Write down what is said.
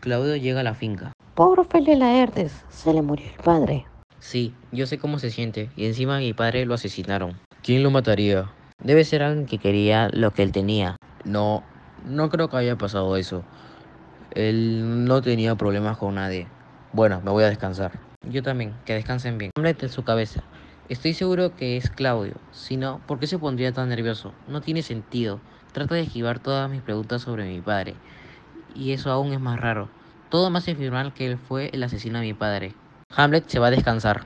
Claudio llega a la finca. Pobre Ofelia Laertes, se le murió el padre. Sí, yo sé cómo se siente, y encima a mi padre lo asesinaron. ¿Quién lo mataría? Debe ser alguien que quería lo que él tenía. No, no creo que haya pasado eso. Él no tenía problemas con nadie. Bueno, me voy a descansar. Yo también, que descansen bien. Hombrete en su cabeza. Estoy seguro que es Claudio. Si no, ¿por qué se pondría tan nervioso? No tiene sentido. Trata de esquivar todas mis preguntas sobre mi padre. Y eso aún es más raro. Todo me hace afirmar que él fue el asesino de mi padre. Hamlet se va a descansar.